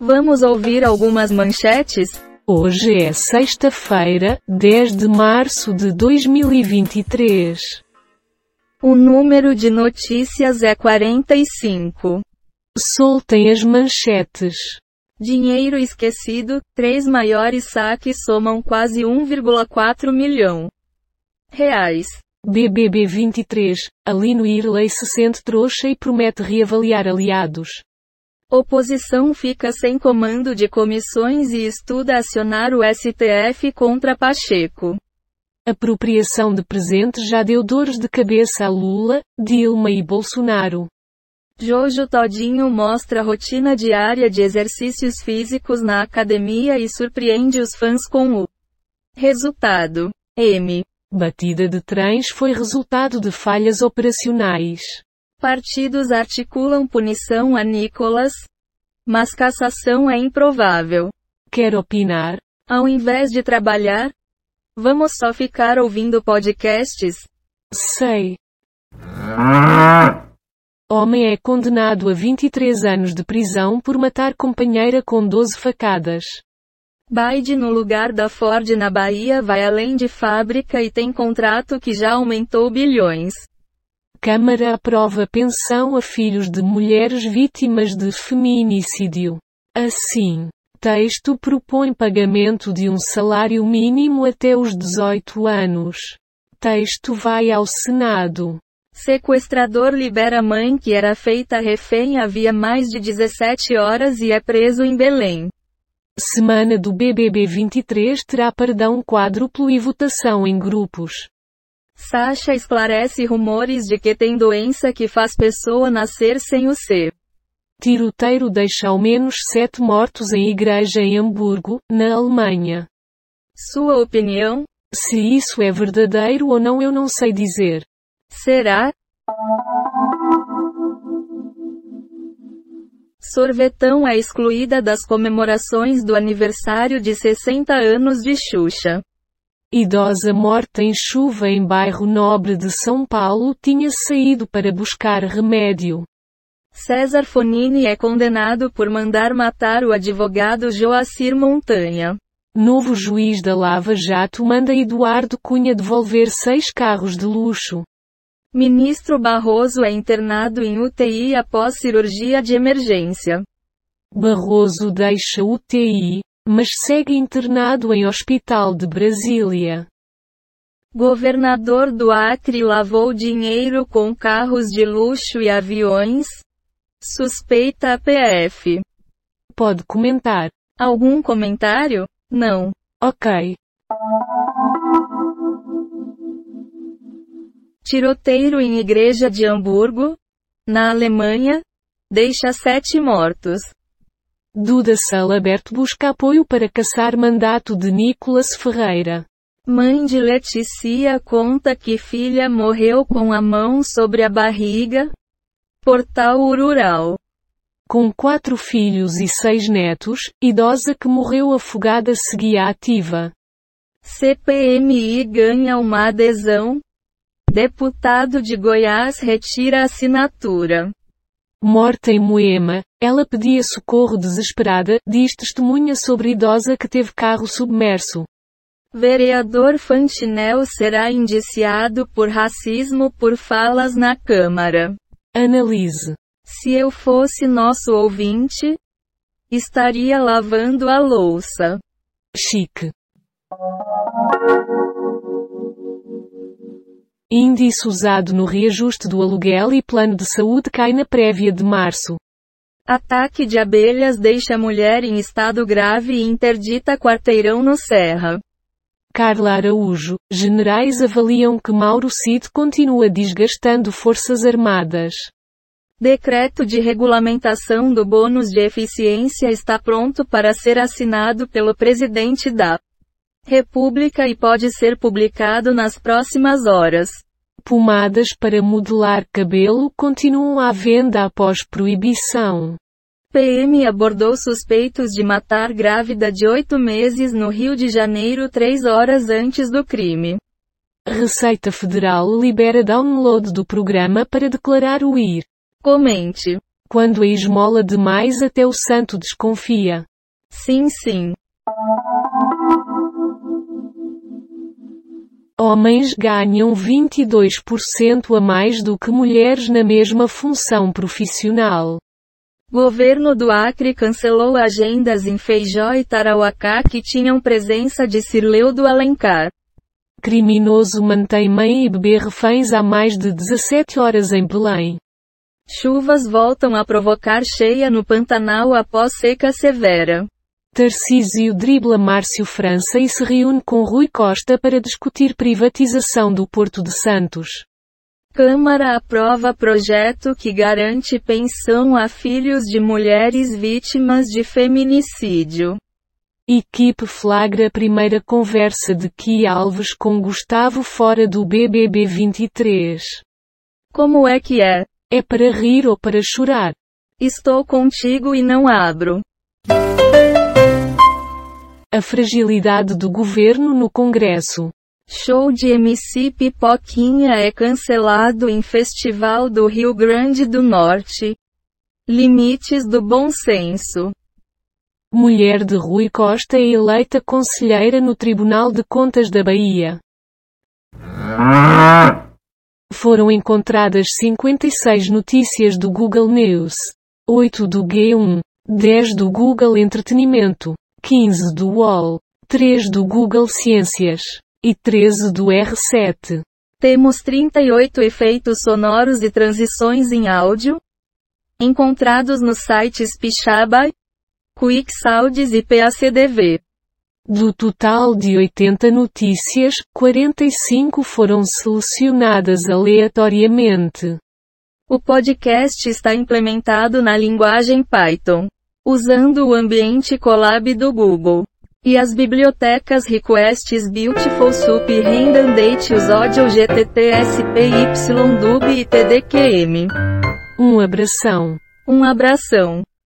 Vamos ouvir algumas manchetes? Hoje é sexta-feira, 10 de março de 2023. O número de notícias é 45. Soltem as manchetes. Dinheiro esquecido, três maiores saques somam quase 1,4 milhão reais. BBB 23, Alino Irley se sente trouxa e promete reavaliar aliados. Oposição fica sem comando de comissões e estuda acionar o STF contra Pacheco. Apropriação de presentes já deu dores de cabeça a Lula, Dilma e Bolsonaro. Jojo Todinho mostra rotina diária de exercícios físicos na academia e surpreende os fãs com o resultado. M. Batida de trens foi resultado de falhas operacionais. Partidos articulam punição a Nicolas, mas cassação é improvável. Quer opinar? Ao invés de trabalhar, vamos só ficar ouvindo podcasts? Sei. Homem é condenado a 23 anos de prisão por matar companheira com 12 facadas. Biden no lugar da Ford na Bahia vai além de fábrica e tem contrato que já aumentou bilhões. Câmara aprova pensão a filhos de mulheres vítimas de feminicídio. Assim, texto propõe pagamento de um salário mínimo até os 18 anos. Texto vai ao Senado. Sequestrador libera mãe que era feita refém havia mais de 17 horas e é preso em Belém. Semana do BBB 23 terá perdão quádruplo e votação em grupos. Sasha esclarece rumores de que tem doença que faz pessoa nascer sem o ser. Tiroteiro deixa ao menos sete mortos em igreja em Hamburgo, na Alemanha. Sua opinião? Se isso é verdadeiro ou não eu não sei dizer. Será? Sorvetão é excluída das comemorações do aniversário de 60 anos de Xuxa. Idosa morta em chuva em bairro nobre de São Paulo tinha saído para buscar remédio. César Fonini é condenado por mandar matar o advogado Joacir Montanha. Novo juiz da Lava Jato manda Eduardo Cunha devolver seis carros de luxo. Ministro Barroso é internado em UTI após cirurgia de emergência. Barroso deixa UTI, mas segue internado em hospital de Brasília. Governador do Acre lavou dinheiro com carros de luxo e aviões? Suspeita a PF. Pode comentar. Algum comentário? Não. Ok. Tiroteiro em igreja de Hamburgo, na Alemanha, deixa sete mortos. Duda Salaberto busca apoio para caçar mandato de Nicolas Ferreira. Mãe de Letícia conta que filha morreu com a mão sobre a barriga. Portal Rural. Com quatro filhos e seis netos, idosa que morreu afogada seguia ativa. CPMI ganha uma adesão. Deputado de Goiás retira a assinatura. Morta em Moema, ela pedia socorro desesperada, diz testemunha sobre idosa que teve carro submerso. Vereador Fantinel será indiciado por racismo por falas na Câmara. Analise. Se eu fosse nosso ouvinte, estaria lavando a louça. Chique. Índice usado no reajuste do aluguel e plano de saúde cai na prévia de março. Ataque de abelhas deixa mulher em estado grave e interdita quarteirão no Serra. Carla Araújo, generais avaliam que Mauro Cid continua desgastando forças armadas. Decreto de regulamentação do bônus de eficiência está pronto para ser assinado pelo presidente da República e pode ser publicado nas próximas horas. Pomadas para modelar cabelo continuam à venda após proibição. PM abordou suspeitos de matar grávida de oito meses no Rio de Janeiro três horas antes do crime. Receita Federal libera download do programa para declarar o IR. Comente. quando a esmola demais até o santo desconfia. Sim, sim. Homens ganham 22% a mais do que mulheres na mesma função profissional. Governo do Acre cancelou agendas em Feijó e Tarauacá que tinham presença de Cirleu do Alencar. Criminoso mantém mãe e bebê reféns há mais de 17 horas em Belém. Chuvas voltam a provocar cheia no Pantanal após seca severa. Tarcísio dribla Márcio França e se reúne com Rui Costa para discutir privatização do Porto de Santos. Câmara aprova projeto que garante pensão a filhos de mulheres vítimas de feminicídio. Equipe flagra a primeira conversa de Ki Alves com Gustavo fora do BBB 23. Como é que é? É para rir ou para chorar? Estou contigo e não abro. A fragilidade do governo no Congresso. Show de MC Pipoquinha é cancelado em Festival do Rio Grande do Norte. Limites do bom senso. Mulher de Rui Costa é eleita conselheira no Tribunal de Contas da Bahia. Foram encontradas 56 notícias do Google News, 8 do G1, 10 do Google Entretenimento, 15 do UOL, 3 do Google Ciências e 13 do R7. Temos 38 efeitos sonoros e transições em áudio encontrados nos sites Pixabay, Quicksounds e PACDV. Do total de 80 notícias, 45 foram selecionadas aleatoriamente. O podcast está implementado na linguagem Python, usando o ambiente Colab do Google. E as bibliotecas Requests Beautiful Soup e Random Date os Audio GTTSPYDUB e TDQM. Um abração. Um abração.